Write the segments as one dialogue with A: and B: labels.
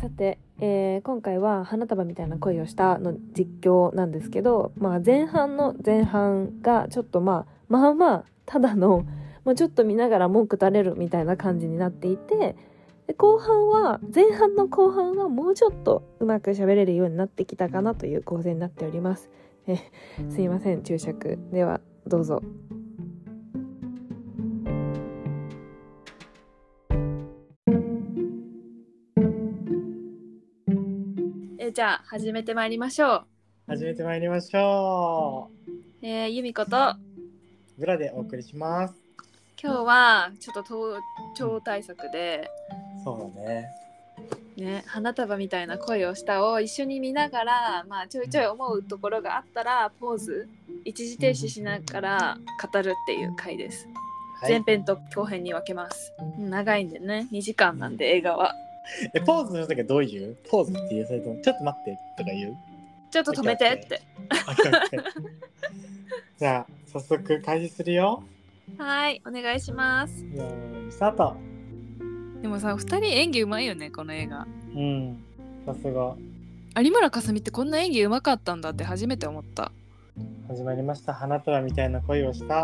A: さて、えー今回は花束みたいな恋をしたの実況なんですけど、まあ、前半の前半がちょっとまあまあまあただのもうちょっと見ながら文句垂れるみたいな感じになっていてで後半は前半の後半はもうちょっとうまく喋れるようになってきたかなという構成になっております。えすいません注釈ではどうぞ。
B: えーじゃあ始めてまいりましょ
C: 始めてまいりましょ
B: う。えー、由美子と
C: う。ブラでお送りします。
B: 今日はちょっと盗聴対策で、
C: そうだね。
B: ね、花束みたいな恋をしたを一緒に見ながら、まあ、ちょいちょい思うところがあったらポーズ一時停止しながら語るっていう回です。
C: はい、
B: 前編と後編に分けます。うん長いんでね2時間なんで映画は。
C: え、ポーズの時はどういうポーズって言うそれとも、ちょっと待ってとか言う
B: ちょっと止めてって。
C: あかんあかんじゃあ、早速開始するよ。
B: はいお願いします。
C: よーい、スタート。
B: でもさ2人演技うまいよねこの映画。
C: うん。さすが。
B: 有村架純ってこんな演技うまかったんだって初めて思った。
C: 始まりました。花束みたいな恋をした。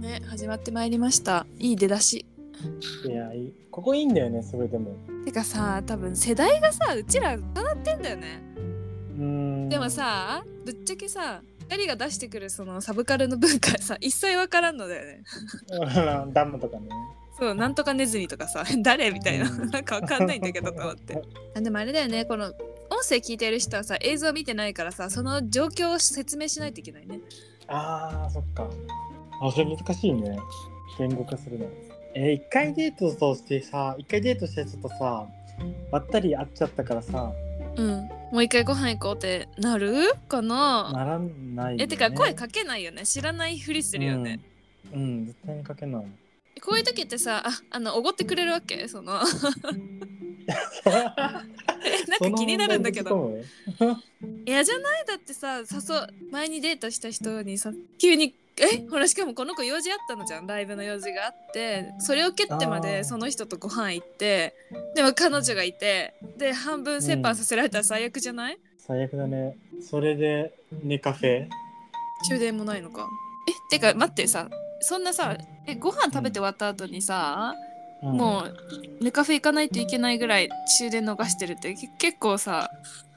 B: ね始まってまいりましたいい出だし
C: いや、いい。ここいいんだよね、すごいでも。
B: てかさ多分世代がさうちら変わってんだよね
C: うん。
B: でも。さぶっちゃけさ2人が出してくるそのサブカルの文化さ一切わからんのだよね
C: ダムとかね。
B: そうなんとかネズミとかさ 誰みたいななんかわかんないんだけどと思ってあでもあれだよねこの音声聞いてる人はさ映像見てないからさその状況を説明しないといけないね
C: あーそっかあそれ難しいね言語化するのえー、一回デートとしてさ一回デートしてちょっとさばったり会っちゃったからさ
B: うんもう一回ご飯行こうってなるかな、
C: ならないよ、ね、
B: えてか声かけないよね知らないふりするよね、
C: うん、うん絶対にか けない
B: こういう時ってさ、あ、あの、おごってくれるわけその、なん か気になるんだけど。
C: ど
B: いやじゃないだってさ、誘う、前にデートした人にさ、急に、えほら、しかもこの子用事あったのじゃん、ライブの用事があって、それを蹴ってま
C: あ
B: で
C: ー
B: その人とご飯行って、でも彼女がいて、で、半分折半させられたら最悪じゃない、
C: 最悪だねそれでネカフェ
B: 終電もないのか。えてか、待ってさ、そんなさ、え、ご飯食べて終わった後にさ、もうネカフェ行かないといけないぐらい終電逃してるってけ結構さ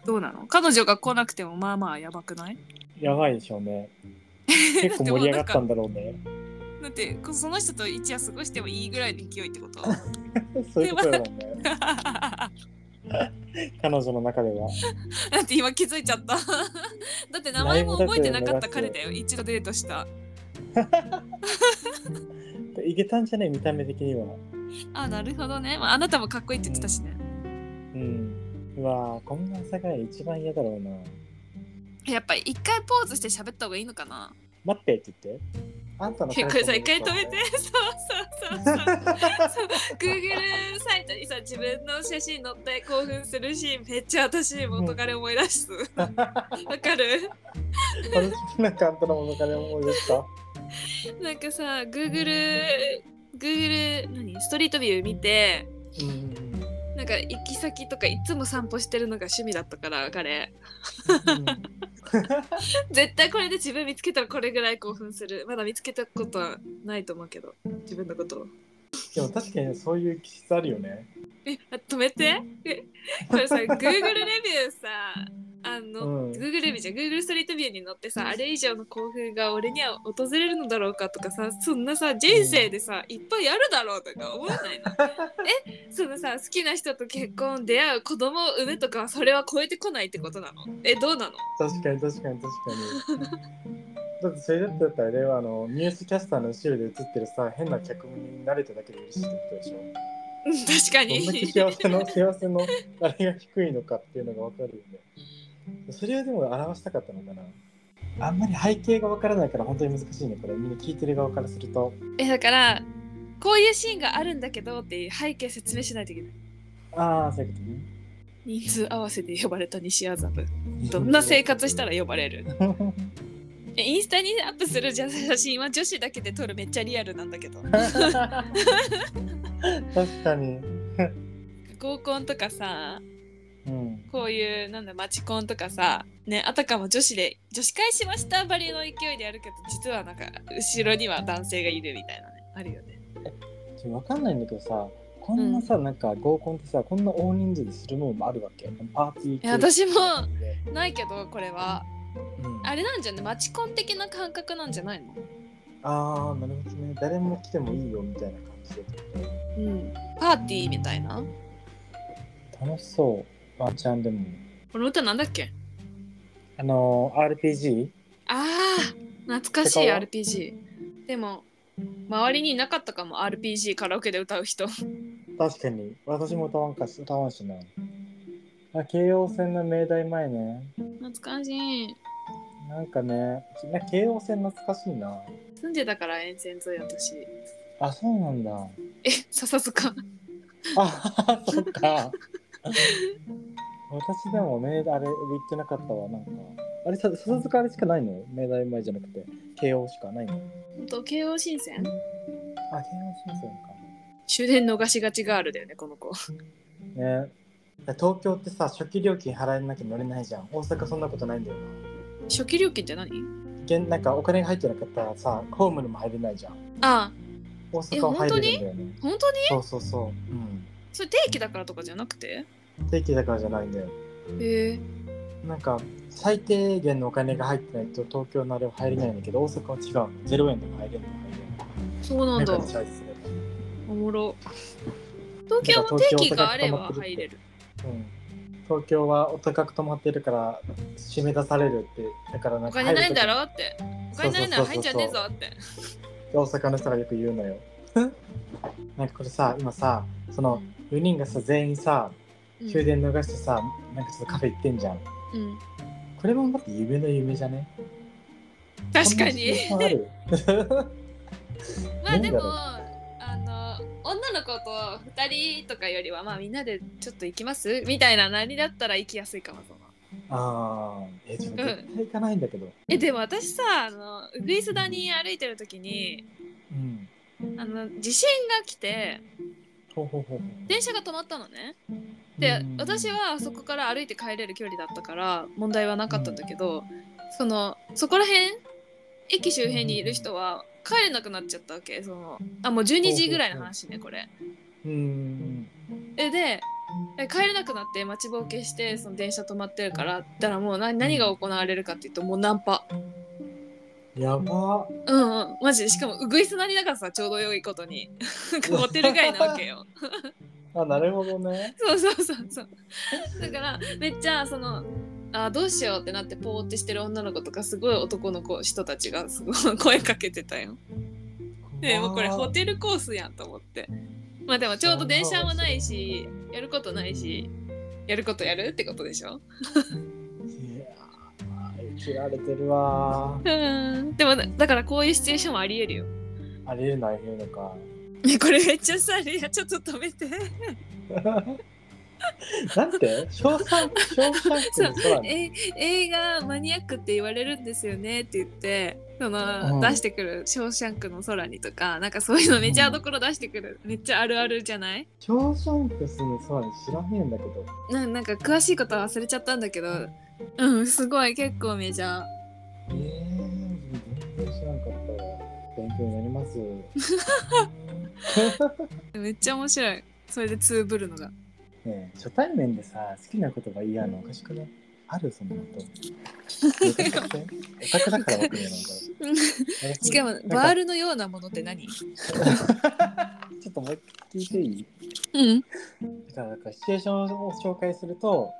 B: どうなの彼女が来なくてもまあまあやばくない
C: うんやばいでしょ うね結構盛り上がったんだろうね
B: だってこその人と一夜過ごしてもいいぐらいの勢いってこと
C: そういうことだもんね
B: だ
C: 彼女の中では
B: って今気づいちゃった だって名前も覚えてなかった彼だよ一度デートした
C: いけたんじゃない見た目的には
B: あなるほどね、まあ、あなたもかっこいいって言ってたしね
C: うん。うわぁ、こんな世界一番嫌だろうな。
B: やっぱり一回ポーズして喋った方がいいのかな
C: 待ってって言って。あんたの
B: 結構さ一回止めて そう そうそうそう Google サイトにさ自分の写真載って興奮するシーンめっちゃ私元彼思い出 すわかる
C: 私も なんかあんたの元彼思い出した。
B: なんかさ Google Google 何ストリートビュー見て
C: うん。
B: なんか行き先とかいつも散歩してるのが趣味だったから彼 絶対これで自分見つけたらこれぐらい興奮するまだ見つけたことはないと思うけど自分のことを
C: でも確かにそういう気質あるよね。
B: えあ止めてえ これさ Google レビューさあの、
C: うん
B: Google レビューじゃん Google ストリートビューに載ってさあれ以上の興奮が俺には訪れるのだろうかとかさそんなさ人生でさいっぱいあるだろうとか思わない のえそのさ好きな人と結婚出会う子供を産むとかはそれは超えてこないってことなのえどうなの
C: 確かに確かに確かに。だってそれだったらあれはあのニュースキャスターの後ろで映ってるさ変な客に慣れただけで嬉しいってことでしょ。
B: うん確か
C: どんだけ
B: に
C: 幸せの幸せのあれが低いのかっていうのがわかるよね。それをでも表したかったのかな。あんまり背景がわからないから本当に難しいねこれみんな聞いてる側からすると。
B: えだからこういうシーンがあるんだけどっていう背景説明しないといけない
C: ああそういうことね。
B: 人数合わせで呼ばれた西麻布どんな生活したら呼ばれ るえインスタにアップするじゃん写真は女子だけで撮るめっちゃリアルなんだけど
C: 確かに。
B: 合コンとかさこういうなんだマチコンとかさ、ね、あたかも女子で女子会しましたばりの勢いでやるけど実はなんか後ろには男性がいるみたいなねあるよね。
C: ちょわかんないんだけどさこんなさ、なんか合コンってさこんな大人数でするもんもあるわけパーティー系
B: いや私もないけどこれは
C: うん
B: あれなんじゃないマチコン的な感覚なんじゃないの
C: あーなるほどね誰も来てもいいよみたいな感じで
B: うん、パーティーみたいな
C: 楽しそうワンチャンでも
B: この歌なんだっけ
C: あのー RPG?
B: あー懐かしい
C: てか
B: RPG でも周りにいなかったかも RPG カラオケで歌う人
C: 確かに私も歌わんかし歌わんしなあ京王線の明大前ね
B: 懐かしい
C: なんかねな京王線懐かしいな
B: 住んでたから沿線沿い私
C: あそうなんだ
B: え笹塚
C: あそっか 私でも明大あれ行ってなかったわなんかあれさ笹塚あれしかないの明大前じゃなくて慶応しかないの
B: ほんと慶応新線
C: あ慶応新線か
B: 終電逃しがちガールだよねこの子
C: ね東京ってさ初期料金払えなきゃ乗れないじゃん大阪そんなことないんだよな
B: 初期料金って何
C: 現なんかお金が入ってなかったらさホームにも入れないじゃん
B: あ
C: 大阪は入れるんだよね
B: あ本当に
C: そうそうそううん
B: それ定期だからとかじゃなくて
C: 定期だからじゃないんだよ
B: へえ
C: なんか最低限のお金が入ってないと東京のあれは入れないんだけど大阪は違うの0円でも入れるの入れる
B: そうなんだ
C: メガネチャイスで
B: おもろ東京も定期があれば入れる
C: うん東京はお高く泊まってるから締め出されるってだからな
B: お
C: んか
B: 金ないんだろ
C: 入る
B: って
C: 時
B: お
C: に
B: 金ないなら入っちゃねえ
C: そうそうそうそう
B: ぞって
C: 大阪の人がよく言うのよなんかこれさ今さその4人がさ全員さ
B: うん
C: 終電逃してさ、なんかちょっとカフェ行ってんじゃん
B: うん
C: これもまた夢の夢じゃね
B: 確かに
C: こんな時間ある
B: まあでも
C: なん
B: あの女の子と2人とかよりはまあみんなでちょっと行きますみたいな何だったら行きやすいかもその
C: ああえちょっと絶対行かないんだけど
B: えでも私さあのウグイス谷歩いてる時に
C: うん
B: あの地震が来て
C: ほうほうほうほ
B: 電車が止まったのね
C: う
B: で
C: うん
B: 私はあそこから歩いて帰れる距離だったから問題はなかったんだけどそのそこら辺駅周辺にいる人は帰れなくなっちゃったわけそのあもう12時ぐらいの話ねこれ
C: うん
B: えでえ帰れなくなって待ちぼうけしてその電車止まってるからだからもう何何が行われるかっていうともうナンパ
C: やば
B: うんうんマジでしかもうぐいすなりだからさちょうど良いことになんかホテル街なわけよ
C: あなるほどね
B: そうそうそうそうだからめっちゃそのあーどうしようってなってポーってしてる女の子とかすごい男の子人たちがすごい 声かけてたよ。ねもうこれホテルコースやんと思ってまあでもちょうど電車もないしやることないしやることやるってことでしょ
C: いやー生きられてるわー
B: うんでもだだからこういうシチュエーションもありえるよ。
C: ありえるのありえるのか
B: ねこれめっちゃさリアちょっと止めて。
C: なん て小三小三区の空に
B: え映画マニアックって言われるんですよねって言ってその、
C: うん
B: 出してくる「ショーシャンクの空に」とかなんかそういうのメジャーどころ出してくる、めっちゃあるあるじゃない
C: 小三区の空に知らねえんだけど
B: ななんか詳しいことは忘れちゃったんだけどうんすごい結構メジャー
C: えー、全然知らんかったわ勉強になりま すね
B: めっちゃ面白いそれでツーブルのが
C: え初対面でさ好きな言葉言い合うのおかしくないあるそんな ことオタクオタクだから僕ねなんか
B: しかもバールのようなものって何
C: ちょっともう一回聞いていい
B: うん
C: だからなんかシチュエーションを紹介すると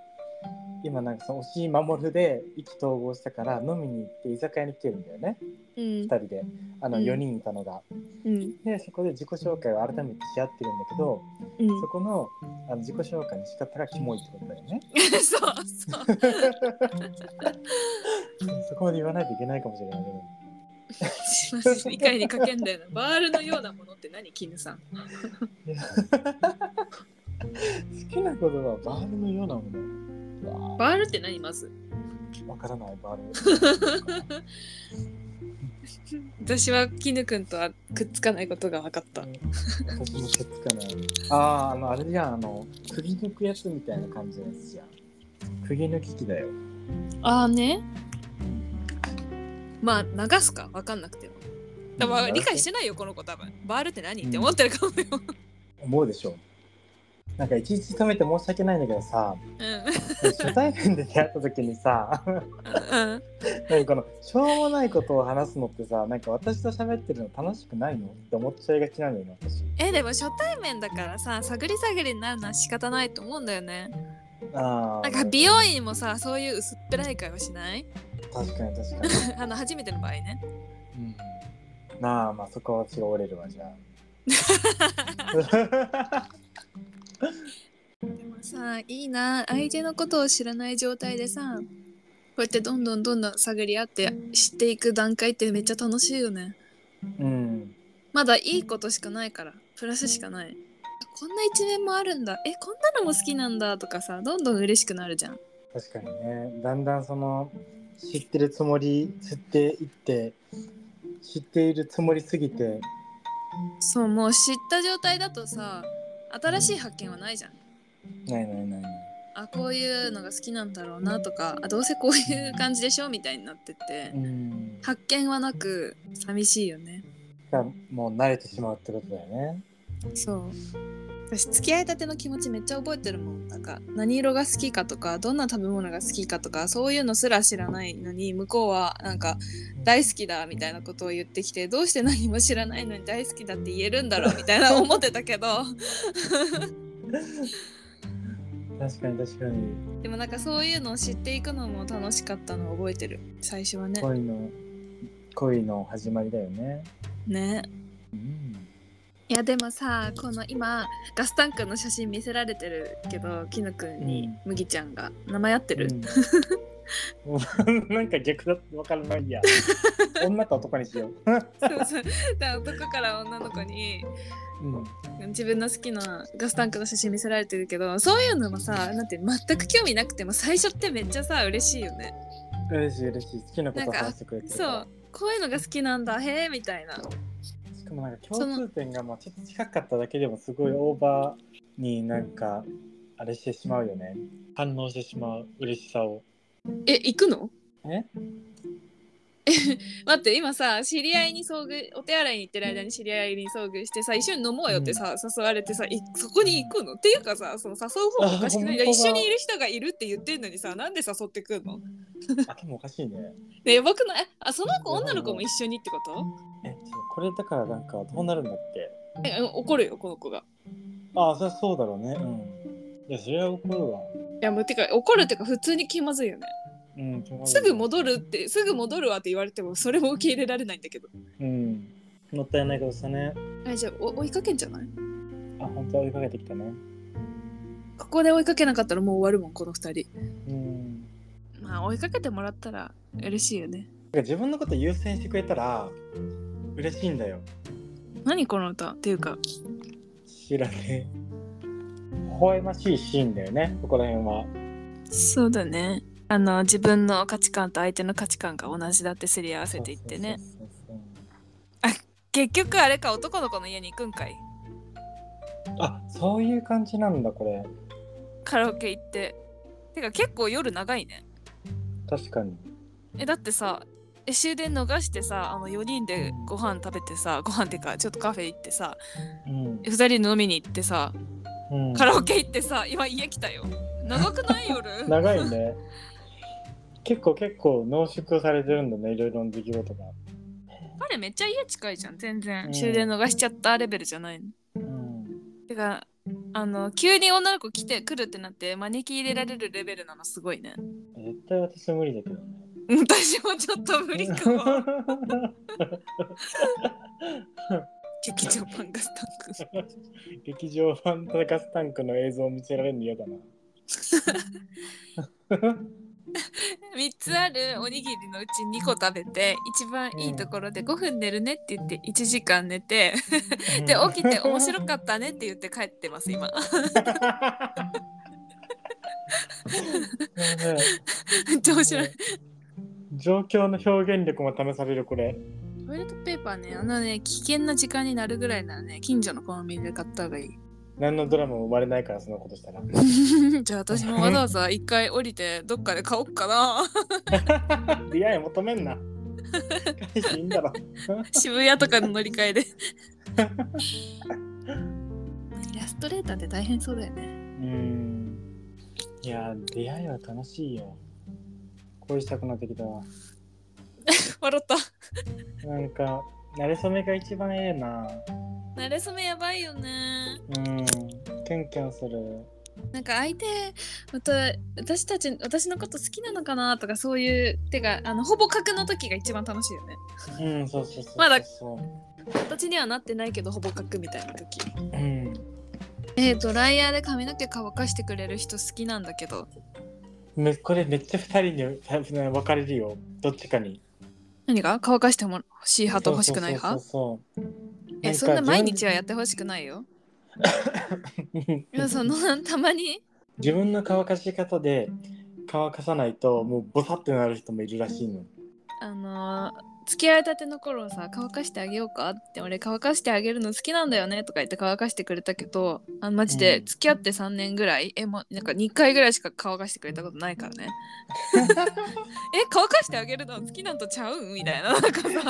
C: 今なんかその押井守で意気投合したから飲みに行って居酒屋に来てるんだよね
B: うん
C: 2人であ
B: う
C: の
B: ん
C: 4人いたのが、
B: うん
C: でそこで自己紹介を改めてし合ってるんだけど
B: うん
C: そこのあの自己紹介の仕方がキモいってことだよね
B: そうそう
C: そこまで言わないといけないかもしれないけど
B: マジで怒りにかけんだよなバールのようなものって何キムさん
C: 好きな言葉はバールのようなものわ
B: バールって何まず
C: あわからないバール
B: 私は絹くんとはくっつかないことが分かった。
C: 私もくっつかないあああのあれじゃんあのくり抜くやつみたいな感じのやつじゃん釘の危機だよ。
B: ああねまあ流すか分かんなくてもでも理解してないよこの子多分バールって何って思ってるかもよ、
C: 思うでしょ。なんかいちいち止めて申し訳ないんだけどさ、
B: う
C: 初対面で出会った時にさ、
B: ん、うん、
C: なんかこのしょうもないことを話すのってさ、なんか私と喋ってるの楽しくないのって思っちゃいがちなんだよね、私。
B: えでも初対面だからさ探り探りになるのは仕方ないと思うんだよね
C: ああ。
B: なんか美容院もさそういう薄っぺらい会話しない
C: 確かに確かに。
B: あの初めての場合ね
C: うんなあまあそこは違われるわ じゃあ。
B: でもさいいな相手のことを知らない状態でさこうやってどんどんどんどん探り合って知っていく段階ってめっちゃ楽しいよね
C: うん。
B: まだいいことしかないからプラスしかないこんな一面もあるんだえこんなのも好きなんだとかさどんどん嬉しくなるじゃん
C: 確かにね。だんだんその知ってるつもり知っていって知っているつもりすぎて
B: そうもう知った状態だとさ新しい発見はないじゃん
C: ないないないない。
B: あこういうのが好きなんだろうなとかあどうせこういう感じでしょみたいになってって
C: うん。
B: 発見はなく寂しいよね
C: がもう慣れてしまうってことだよね。
B: そう私付き合いたての気持ちめっちゃ覚えてるもんなんか何色が好きかとかどんな食べ物が好きかとかそういうのすら知らないのに向こうはなんか大好きだみたいなことを言ってきてどうして何も知らないのに大好きだって言えるんだろうみたいな思ってたけど
C: 確かに確かに。
B: でもなんかそういうのを知っていくのも楽しかったのを覚えてる最初はね
C: 恋の恋の始まりだよね。
B: ね
C: うん。
B: いやでもさこの今ガスタンクの写真見せられてるけどきぬくんに
C: うん
B: 麦ちゃんが名前合ってる、
C: うん、 なんか逆だってわからない や。女と男にしよう。
B: そうそうだから男から女の子に
C: うん。
B: 自分の好きなガスタンクの写真見せられてるけどそういうのもさなんて全く興味なくても最初ってめっちゃさ嬉しいよね
C: 嬉しい嬉しい好きなことを話してくれてるか
B: そ
C: ら
B: うこういうのが好きなんだへえみたいな
C: しかもなんか共通点がまあちょっと近かっただけでもすごいオーバーになんかあれしてしまうよね反応してしまう嬉しさを
B: え行くの
C: え
B: 待って今さ知り合いに遭遇お手洗いに行ってる間に知り合いに遭遇してさ一緒に飲もうよってさ、誘われてさいそこに行くのっていうかさその誘う方がおかしくない
C: あ本当だ
B: 一緒にいる人がいるって言ってんのにさなんで誘ってくんのね
C: あでもおかしいね
B: えやばくないあその子女の子も一緒にってこと
C: えこれだからなんかどうなるんだっけ
B: え怒るよこの子が
C: ああそりゃそうだろうねうんいやそれは怒るわ
B: いやもうてか怒るってか普通に気まずいよね
C: うん気持ち
B: す
C: 悪い
B: ぐ戻るってすぐ戻るわって言われてもそれも受け入れられないんだけど
C: うんもったいないことしたね
B: あじゃあお追いかけんじゃない
C: あ本当は追いかけてきたね
B: ここで追いかけなかったらもう終わるもんこの二人
C: うん
B: まあ追いかけてもらったら嬉しいよね
C: なんか自分のこと優先してくれたら嬉しいんだよ
B: 何この歌っていうか
C: 知らねえ。微笑ましいシーンだよね、ここら辺は。
B: そうだねあの自分の価値観と相手の価値観が同じだってすり合わせていってね
C: そうそう
B: 結局あれか男の子の家に行くんかい
C: そうそう。あ、そういう感じなんだ、これ。
B: カラオケ行っててか結構夜長いね
C: 確かに。
B: えだってさえ終電逃してさあの4人でご飯食べてさご飯ってかちょっとカフェ行ってさ
C: うん。
B: 2人で飲みに行ってさ
C: うん、
B: カラオケ行ってさ今家来たよ長くない 夜
C: 長いね。結構結構濃縮されてるんだね、いろいろな出来事が。
B: 彼めっちゃ家近いじゃん全
C: う
B: 然
C: ん
B: 終電逃しちゃったレベルじゃないの
C: うん。
B: てかあの急に女の子来て来るってなって招き入れられるレベルなのすごいね
C: 絶対私無理だけどね。
B: うん私もちょっと無理か も劇場版ガスタン
C: 劇場版とガスタンクの映像を見せられるの嫌だな。
B: ク3つあるおにぎりのうち2個食べて一番いいところで5分寝るねって言って1時間寝てで起きて面白かったねって言って帰ってます今め
C: やばい
B: っちゃ面白い
C: 状況の表現力も試されるこれ
B: トイレットペーパーねあのね危険な時間になるぐらいならね近所のコンビニで買った方がいい
C: 何のドラマも生まれないからそんなことしたら
B: じゃあ私もわざわざ一回降りてどっかで買おっか な
C: 出会い求めんな返していいんだろ
B: 渋谷とかの乗り換えでイラストレーターって大変そうだよね
C: うんいやー出会いは楽しいよ恋したくなってきたわ
B: 笑った
C: なんか慣れ初めが一番ええな
B: 慣れ初めやばいよね
C: うんキュンキュンする
B: なんか相手また私たち私のこと好きなのかなとかそういうてかあのほぼ格の時が一番楽しいよね
C: うんそうそうそうそう
B: まだ
C: そう
B: 形にはなってないけどほぼ格みたいな時
C: うん
B: えー、ドライヤーで髪の毛乾かしてくれる人好きなんだけど
C: めこれめっちゃ二人にた分かれるよどっちかに
B: 何が乾かしても欲しい派と欲しくない派
C: そうそう
B: えそんな毎日はやってほしくないよ
C: そうそう
B: い やそのたまに
C: 自分の乾かし方で乾かさないともうボサってなる人もいるらしいの
B: あのー付き合いたての頃さ乾かしてあげようかって俺乾かしてあげるの好きなんだよねとか言って乾かしてくれたけどあマジで
C: うん
B: 付き合って3年ぐらい、えもうなんか2回ぐらいしか乾かしてくれたことないから ねえ乾かしてあげるの好きなんとちゃうんみたいななんかさ
C: 結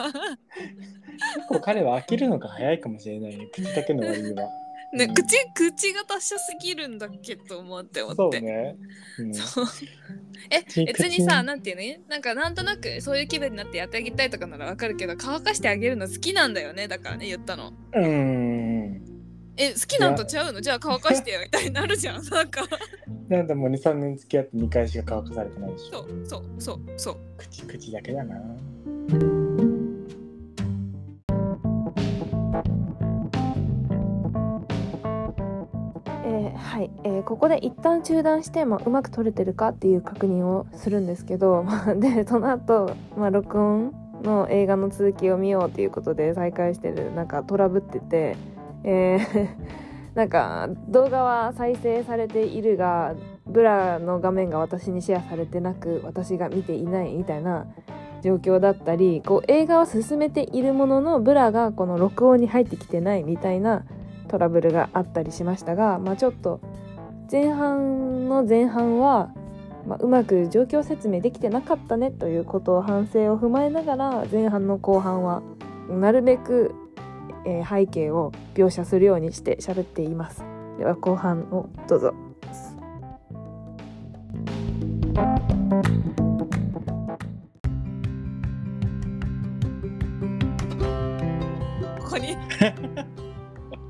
C: 構彼は飽きるのが早いかもしれないね口だけの割に は
B: ね
C: うん
B: 口口が達者すぎるんだけど思って思って
C: そうね、うん、
B: そうえ
C: 口
B: 別にさなんていうのなんかなんとなくそういう気分になってやってあげたいとかならわかるけど乾かしてあげるの好きなんだよねだからね言ったの
C: うーん
B: え好きなんとちゃうのじゃあ乾かしてよみたいになるじゃん なんか
C: なんでもう23年付き合って2回しか乾かされてないでしょ
B: そうそうそうそう
C: 口口だけだな
A: えーはい、えーここで一旦中断して、まあ、うまく撮れてるかっていう確認をするんですけど、 まあ、でその後、まあ録音の映画の続きを見ようということで再開してるなんかトラブってて、えー なんか動画は再生されているがブラの画面が私にシェアされてなく私が見ていないみたいな状況だったりこう映画は進めているもののブラがこの録音に入ってきてないみたいなトラブルがあったりしましたが、まあ、ちょっと前半の前半は、まあ、うまく状況説明できてなかったねということを反省を踏まえながら前半の後半はなるべく、えー背景を描写するようにして喋っています。では後半をどうぞ。
B: こ こに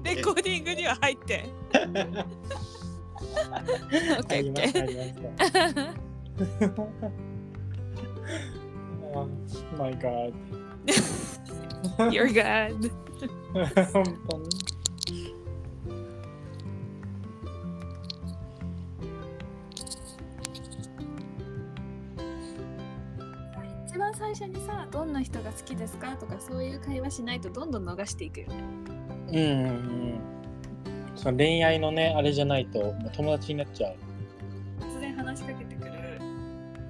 B: レコーディングには入って オッケ
C: あ
B: ー
C: り
B: オッ
C: ま
B: ケ
C: し
B: ー
C: たありました Oh my god
B: You're good
C: 本当に。
B: 一番最初にさどんな人が好きですかとかそういう会話しないとどんどん逃していくよね
C: うんうんうん。その恋愛のねあれじゃないともう友達になっちゃう。
B: 突然話しかけてくる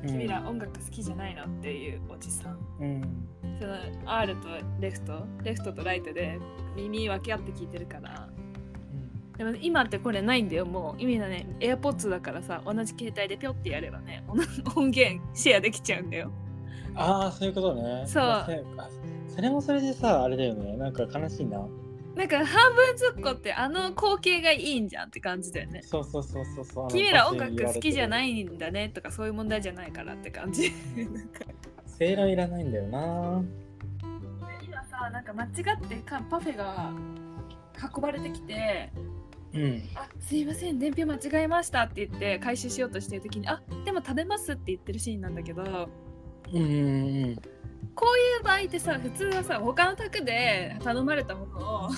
C: うん、
B: 君ら音楽好きじゃないのっていうおじさん
C: うん。
B: その R とレフトレフトとライトで耳分け合って聞いてるからでも今ってこれないんだよもう意味だね AirPods だからさ同じ携帯でぴょってやればねお な音源シェアできちゃうんだよ
C: ああそういうことね。
B: そう
C: あそれもそれでさあれだよねなんか悲しいな。
B: なんか半分ずっこってあの光景がいいんじゃんって感じだよね
C: そうそうそうそうそう。あの。
B: 君ら音楽好きじゃないいんだねとかそういう問題じゃないからって感じなんか
C: 正論いらないんだよな。
B: 今さなんか間違ってかパフェが運ばれてきて
C: うん。
B: あすいません伝票間違えましたって言って回収しようとしてる時にあでも食べますって言ってるシーンなんだけどこ
C: うんうんうん。
B: ういう場合ってさ普通はさ他の宅で頼まれたものを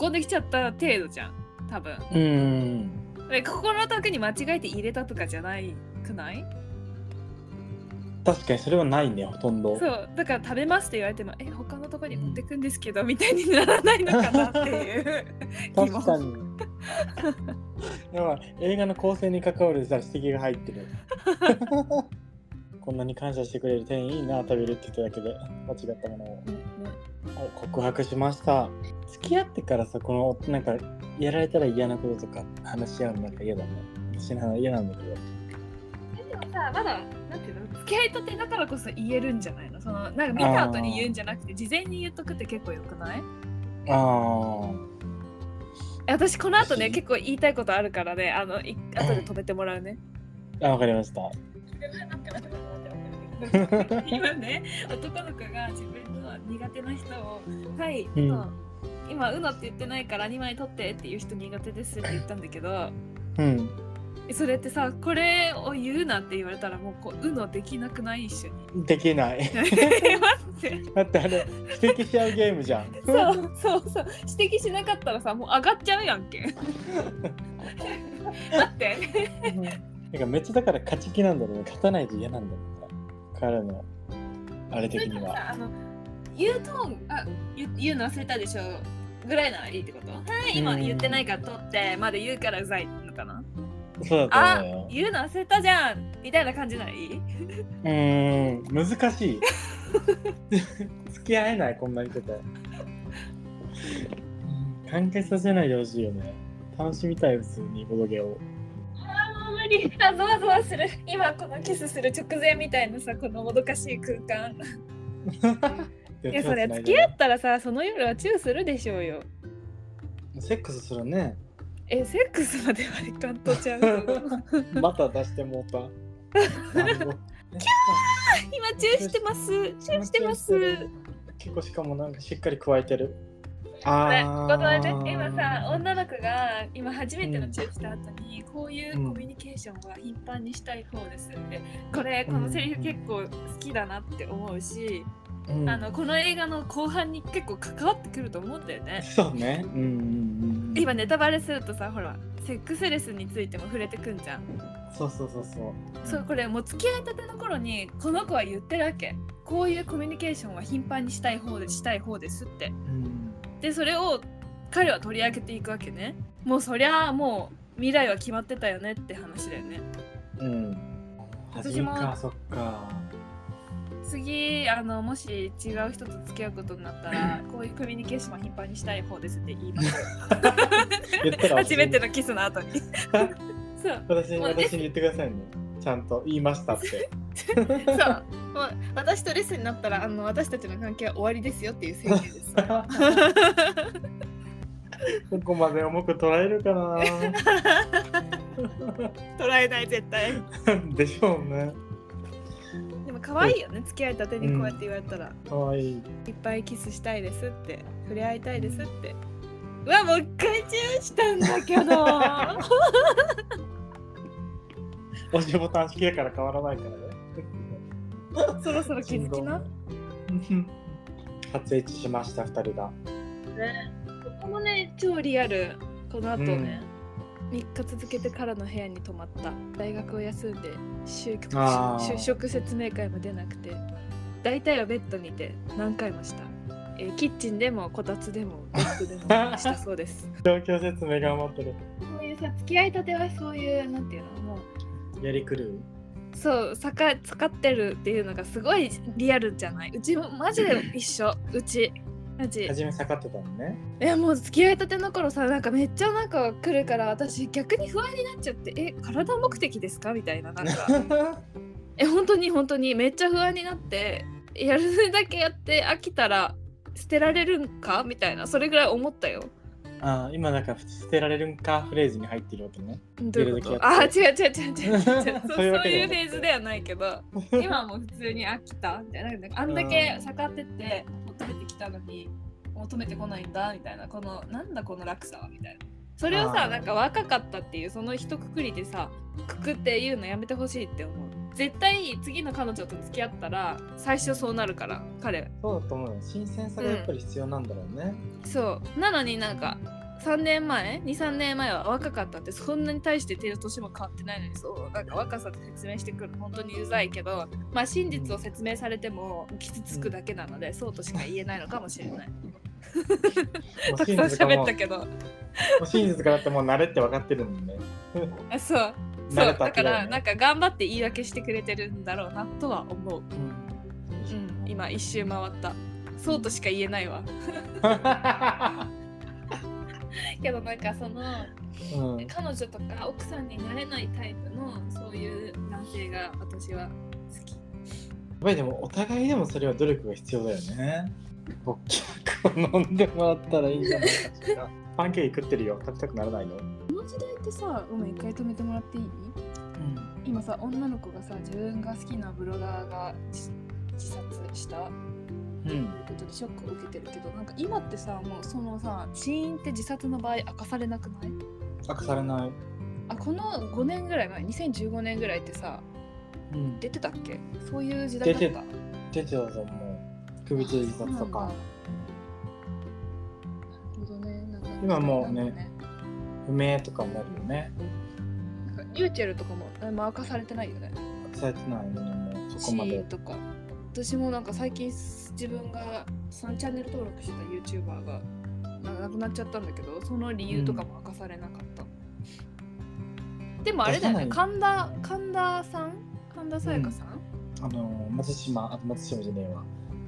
B: 運んできちゃった程度じゃん多分
C: うんうん
B: でここの宅に間違えて入れたとかじゃないくない
C: うん。確かにそれはないねほとんど。
B: そうだから食べますって言われてもえ他のとこに持ってくんですけどみたいにならないのかなっていう疑問
C: 確かに。 でも映画の構成に関わるさ指摘が入 ってる。こんなに感謝してくれる店員いいな食べるって言っただけで間違ったものを
B: うんうん
C: 告白しました。付き合ってからさこのなんかやられたら嫌なこととか話し合うのなんか嫌だな私の嫌なんだけど
B: でもさまだなんていうの付き合いたてだからこそ言えるんじゃないのそのなんか見た後に言うんじゃなくて事前に言っとくって結構よくない
C: ああ
B: え私この後ね
C: 私
B: 結構言いたいことあるからねあのい後で止めてもらうね
C: あ、わかりました。
B: 今ね男の子が自分の苦手な人を「はい、
C: うん
B: 今今うのって言ってないから2枚取って」っていう人苦手ですって言ったんだけど
C: うん。
B: それってさこれを言うなって言われたらもうこう「うのできなくない一緒に
C: できない。」
B: 待 って
C: だってあれ、指摘し合うゲームじゃん。
B: そうそうそう指摘しなかったらさもう上がっちゃうやん け待って
C: なんかめっちゃだから勝ち気なんだろうね。勝たないと嫌なんだろうな。彼の、あれ的には。
B: さあの言うとあ言言うの忘れたでしょぐらいならいいってことはい今
C: うん
B: 言ってないから取ってまで言うからうざいのかな
C: そうだ
B: あ
C: と思うよ。
B: 言うの忘れたじゃんみたいな感じならいいう
C: ーん、難しい。 付き合えない、こんな人と。完結させないでほしいよね。楽しみたい、普通にボドゲを。
B: 無理あゾワゾワする今このキスする直前みたいなさこのもどかしい空間いやそれ付き合ったらさその夜はチューするでしょうよ
C: セックスするね。
B: えセックスまではいかんとちゃう と思う
C: また出してもうた。
B: 今チューしてますチューしてます
C: 結構しかもなんかしっかり加えてる。あ
B: ね
C: ー
B: このね今さ女の子が今初めてのチューした後に、こういうコミュニケーションは頻繁にしたい方ですってこれこのセリフ結構好きだなって思うし、
C: うん
B: あのこの映画の後半に結構関わってくると思うんだよね。
C: そうね。うんうんうん。
B: 今ネタバレするとさほらセックスレスについても触れてくんじゃん。
C: そうそうそうそう。
B: そうこれもう付き合いたての頃にこの子は言ってるわけこういうコミュニケーションは頻繁にしたい方でしたい方ですって。
C: うん。
B: でそれを彼は取り上げていくわけねもうそりゃあもう未来は決まってたよねって話だよね
C: うん。初
B: 私
C: め
B: も
C: かそっ か。
B: 次あのもし違う人と付き合うことになったらこういうコミュニケーションは頻繁にしたい方ですって言います
C: 言ったら
B: 初めてのキスの後にそう
C: 私に
B: もうね
C: 私に言ってくださいね。ちゃんと言いまし たって。
B: そうもう私とレスになったらあの私たちの関係は終わりですよっていう宣言です
C: どこまで重く捉えるかな。
B: 捉えない絶対
C: でしょうね。
B: でも可愛いよね付き合いたてにこうやって言われたら、
C: 可愛いい。
B: いっぱいキスしたいですって触れ合いたいですってうわもう一回チューしたんだけ ど
C: 押しボタン式だから変わらないからね。
B: そろそろ気づきな
C: うん初エッチしました2人が
B: ここもね超リアルこの後ね、3日続けてからの部屋に泊まった大学を休んで就職
C: あー
B: 就職説明会も出なくて大体はベッドにて何回もした、えーキッチンでもこたつでもベッドでもしたそうです
C: 状況説明頑張ってる
B: そういうさ付き合いたてはそういうなんていうのもう
C: やりくる
B: そうさか使ってるっていうのがすごいリアルじゃないうちもマジで一緒うちマジ
C: 初め下がってたのね
B: いやもう付き合いたての頃さなんかめっちゃなんか来るから私逆に不安になっちゃってえ体目的ですかみたいななん かえ本当に本当にめっちゃ不安になってやるだけやって飽きたら捨てられるんかみたいなそれぐらい思ったよ
C: ああ今なんか捨てられるんかフレーズに入ってるわけね
B: どういうこ
C: やる
B: と
C: だ
B: あ
C: け
B: 違う違う違う違う違うそう
C: そういうわ
B: そう
C: け
B: いうフェ
C: ではなくて
B: ーズではないけど今はもう普通に飽きたみたいななんかあんだけ盛ってって求めてきたのに求めてこないんだみたいなこのなんだこの落差はみたいなそれを
C: あ
B: さ
C: ー
B: なんか若かったっていうその一括りでさくくって言うのやめてほしいって思う絶対次の彼女と付き合ったら最初そうなるから彼
C: そうだと思うよ新鮮さがやっぱり必要なんだろうね、
B: そうなのになんか3年前23年前は若かったってそんなに対して手の年も変わってないのにそうなんか若さって説明してくるの本当にうざいけどまあ真実を説明されても傷つくだけなので、そうとしか言えないのかもしれない
C: もう
B: たくさん
C: が
B: 喋
C: も
B: っ
C: う
B: たけど
C: もう真実からってもう慣れって分かってるもんね
B: あそうそ
C: 慣れ
B: う
C: た
B: だか
C: けど
B: ら
C: ね
B: なんか頑張って言い訳してくれてるんだろうなとは思うう
C: うん
B: 今一周回ったそうとしか言えないわ
C: ん
B: けどなんかその
C: うん、
B: 彼女とか奥さんになれないタイプのそういう男性が私は好き
C: やっぱりでもお互いでもそれは努力が必要だよね。僕客を飲んでもらったらいいんじゃないかしら。パンケーキ食ってるよ。食べたくならないよ。
D: ってさごめん一回止めてもらっていい
C: うん。
D: 今さ女の子がさ自分が好きなブロガーが自自殺した
C: うん。
D: ということでショックを受けてるけどなんか今ってさもうそのさ死因って自殺の場合明かされなくない
C: 明かされない。
D: あこの5年ぐらい前2015年ぐらいってさ
C: うん。
D: 出てたっけそういう時代だ
C: 出
D: ってた
C: 出てたと思う。首吊り自殺とか。
D: そうなんだなるほどねなんか
C: 今もうね
D: なんか
C: 不明とかになるよね。
D: なんかリューチェルとかもあれも明かされてないよね
C: 明かされてないのにもうそこま
D: シー
C: で
D: ン。とか私もなんか最近自分が3チャンネル登録してた YouTuber がなんか亡くなっちゃったんだけどその理由とかも明かされなかった、でもあれだよね
C: 出さ
D: 神田神田さん神田沙也加さん、
C: あの松島あ松島じゃねえわ。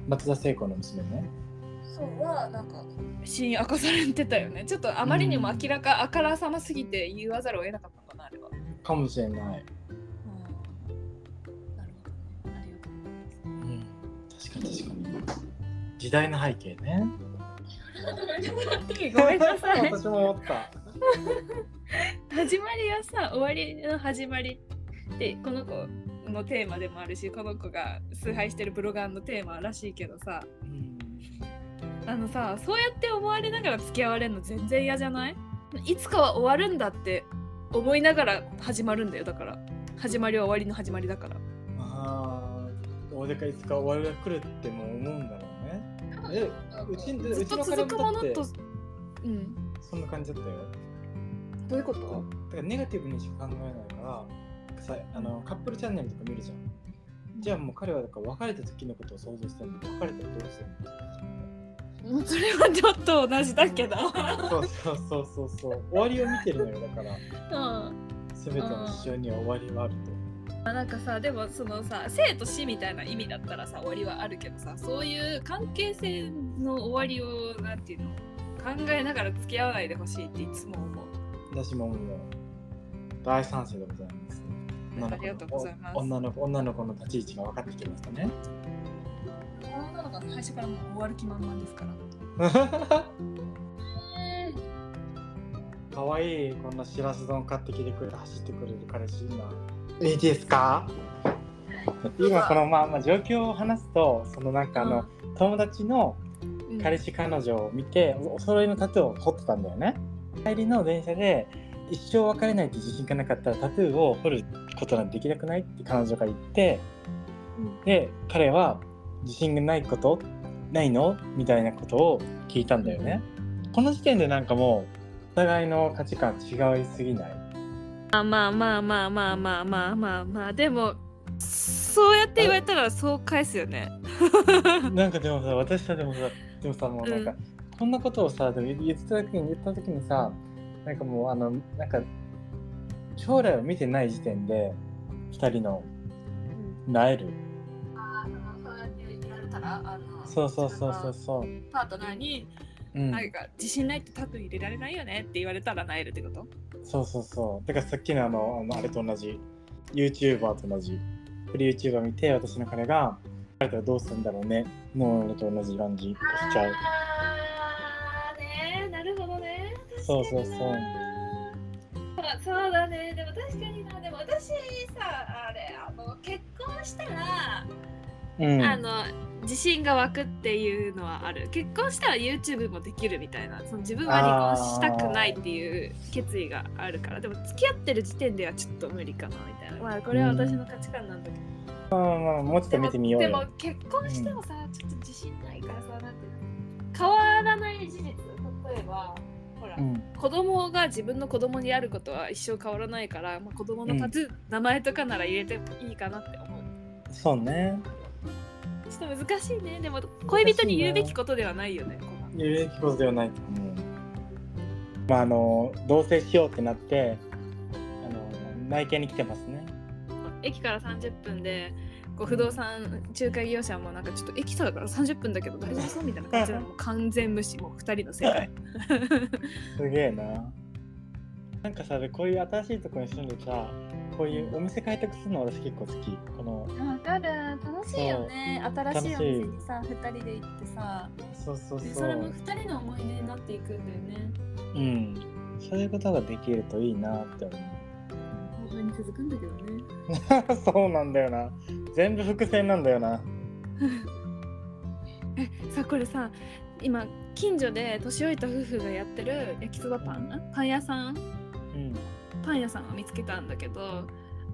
C: 松田聖子の娘ね。
D: そうはなんか死因明かされてたよねちょっとあまりにも明らか、あからさますぎて言わざるを得なかったのかなあれは、
C: かもしれない。
D: なるほどねあれよかった
C: うん。確かに確かに。時代の背景ね。
D: ごめんなさい
C: 私も思った。
B: 始まりはさ終わりの始まりってこの子のテーマでもあるしこの子が崇拝してるブロガーのテーマらしいけどさ
C: うん。
B: あのさそうやって思われながら付き合われるの全然嫌じゃないいつかは終わるんだって思いながら始まるんだよだから始まりは終わりの始まりだから
C: ああ、俺がいつか終わりが来るってもう思うんだろうね。え、うち
B: ず
C: う
B: っ
C: ち
B: と
C: の彼
B: 続くも
C: もだ
B: の
C: って
B: とうん
C: そんな感じだったよ。
D: どういうこと
C: だからネガティブにしか考えないから、さあのカップルチャンネルとか見るじゃん。じゃあもう彼はだから別れた時のことを想像してるの。別れたらどうする
B: もうそれはちょっと同じだけ ど
C: の？そうそうそうそうそう。終わりを見てるのよだから。
B: うん
C: すべての事象には終わりはあると。
B: なんかさでもそのさ生と死みたいな意味だったらさ終わりはあるけどさそういう関係性の終わりをなんていうの考えながら付き合わないでほしいっていつも思う
C: 私ももう大賛成でございます。女の
B: あ
C: 子
B: りがとうございます
C: の女の子女の子の立ち位置が分かってきましたね。
D: 女の子は最初からもう終わる気満々ですから
C: かわいいこんなしらす丼買ってきてくれて走ってくれる彼氏いいないいですか今このまあまあ状況を話すとそのなんかあの、友達の彼氏彼女を見て、おお揃いのタトゥーを彫ってたんだよね帰りの電車で一生別れないって自信がなかったらタトゥーを彫ることなんてできなくないって彼女が言って、で彼は自信がないことないのみたいなことを聞いたんだよね、この時点でなんかもうお互いの価値観違いすぎない
B: まあまあまあまあまあまあまあまあでもそうやって言われたらそう返すよね
C: なんかでもさ私はでもさでもさもうなんか、こんなことをさでも言ってた時に言った時にさなんかもうあのなんか将来を見てない時点で二人のなえる、
B: やったらあの
C: そうそうそうそうそう
B: パートナーに
C: うん、
B: なんか自信ないってタトゥー入れられないよねって言われたらなえるってこと
C: そうそうそうだからさっきのあのあのあれと同じ YouTuber と同じフリー YouTuber 見て私の彼が彼とどうするんだろうねのあれと同じ感じしちゃう
B: あーねなるほどね
C: そうそうそう
B: そうだねでも確かになでも私さあれあの結婚したら、
C: うん
B: あの自信が湧くっていうのはある結婚したら YouTube もできるみたいなその自分は離婚したくないっていう決意があるからでも付き合ってる時点ではちょっと無理かなみたいなまあこれは私の価値観なんだけど、
C: まあもうちょっと見てみよう
B: で
C: よ
B: も結婚してもさ、ちょっと自信ないからさなんていうの変わらない事実例えばほら、
C: うん
B: 子供が自分の子供にあることは一生変わらないから、まあ、子供のタトゥー名前とかなら入れてもいいかなって思う
C: そうね
B: ちょっと難しいねでも恋人に言うべきことではないよねこんなの
C: 言うべきことではないと思う。まああの同棲しようって なってあの内見に来てますね。
B: 駅から30分でこう不動産仲介業者もなんかちょっと駅差だから30分だけど大丈夫そうみたいな感じでもう完全無視もう2人の世界
C: すげえな。なんかさ、でこういう新しいところに住んでさ、こういうお店開拓するの私結構好き。この、
E: わかる楽しいよね新しいお店にさ2人で行ってさ
C: そうそう
E: で
C: そ
E: それも
C: う。
E: 2人の思い出になっていくんだよね
C: うん。そういうことができるといいなって思
E: 後半に続くんだけどね
C: う。 そうなんだよな。全部伏線なんだよな。
B: さこれさ今近所で年老いた夫婦がやってる焼きそばパンパン屋さん
C: うん。
B: パン屋さんを見つけたんだけど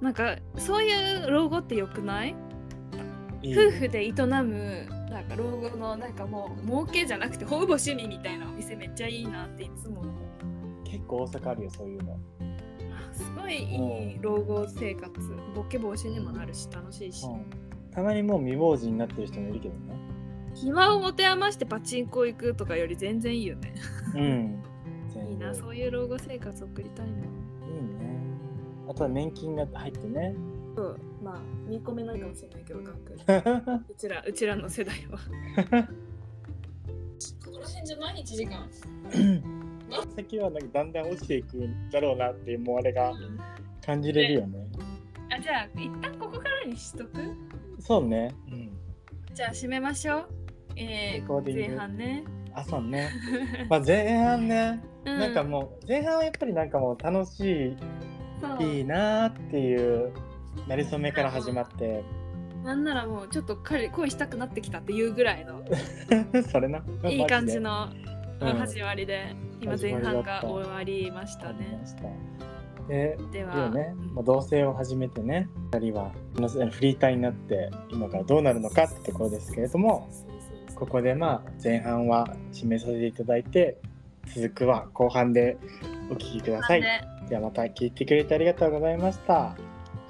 B: なんかそういう老後ってよくない
C: いい
B: 夫婦で営むなんか老後のなんかもう儲けじゃなくてほぼ趣味みたいなお店めっちゃいいなっていつも思う
C: 結構大阪あるよ、そういうの。
B: すごいいい老後生活ボケ防止にもなるし楽しいし
C: うん。たまにもう未亡人になってる人もいるけどね。
B: 暇を持て余してパチンコ行くとかより全然いいよね
C: うん。
B: いいなそうういう老後生活送りたいない
C: いね。あとは年金が入っ てね。
B: まあ見込めないかもしれないけど額
C: う
B: うちらうちらの世代は
E: ここら辺じゃ毎日時間
C: ん先はなんかだんだん落ちていくんだろうなっていうもうあれが感じれるよね。
B: あじゃあ一旦ここからにしとく
C: そうね。うん。
B: じゃあ締めましょうえ
C: レコーデ
B: ー、
C: ィング
B: 前半ね
C: あ、そうね。まあ前半ね、
B: う
C: なんかもう前半はやっぱりなんかもう楽し
B: そう
C: い、いいなーっていう。なりそめから始まって、
B: なんならもうちょっと彼恋したくなってきたっていうぐらいの
C: それな。
B: いい感じの
C: マジで。うん
B: 始まりで、今前半が終わりました
C: あり
B: ね
C: ましたで、
B: では
C: よね、まあ、同棲を始めてね2人はあのフリーターになって今からどうなるのかってところですけれどもここでまあ前半は締めさせていただいて続くは後半でお聞きくださいではまた聞いてくれてありがとうございました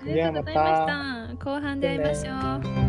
B: ありがとうございました後半で会いましょう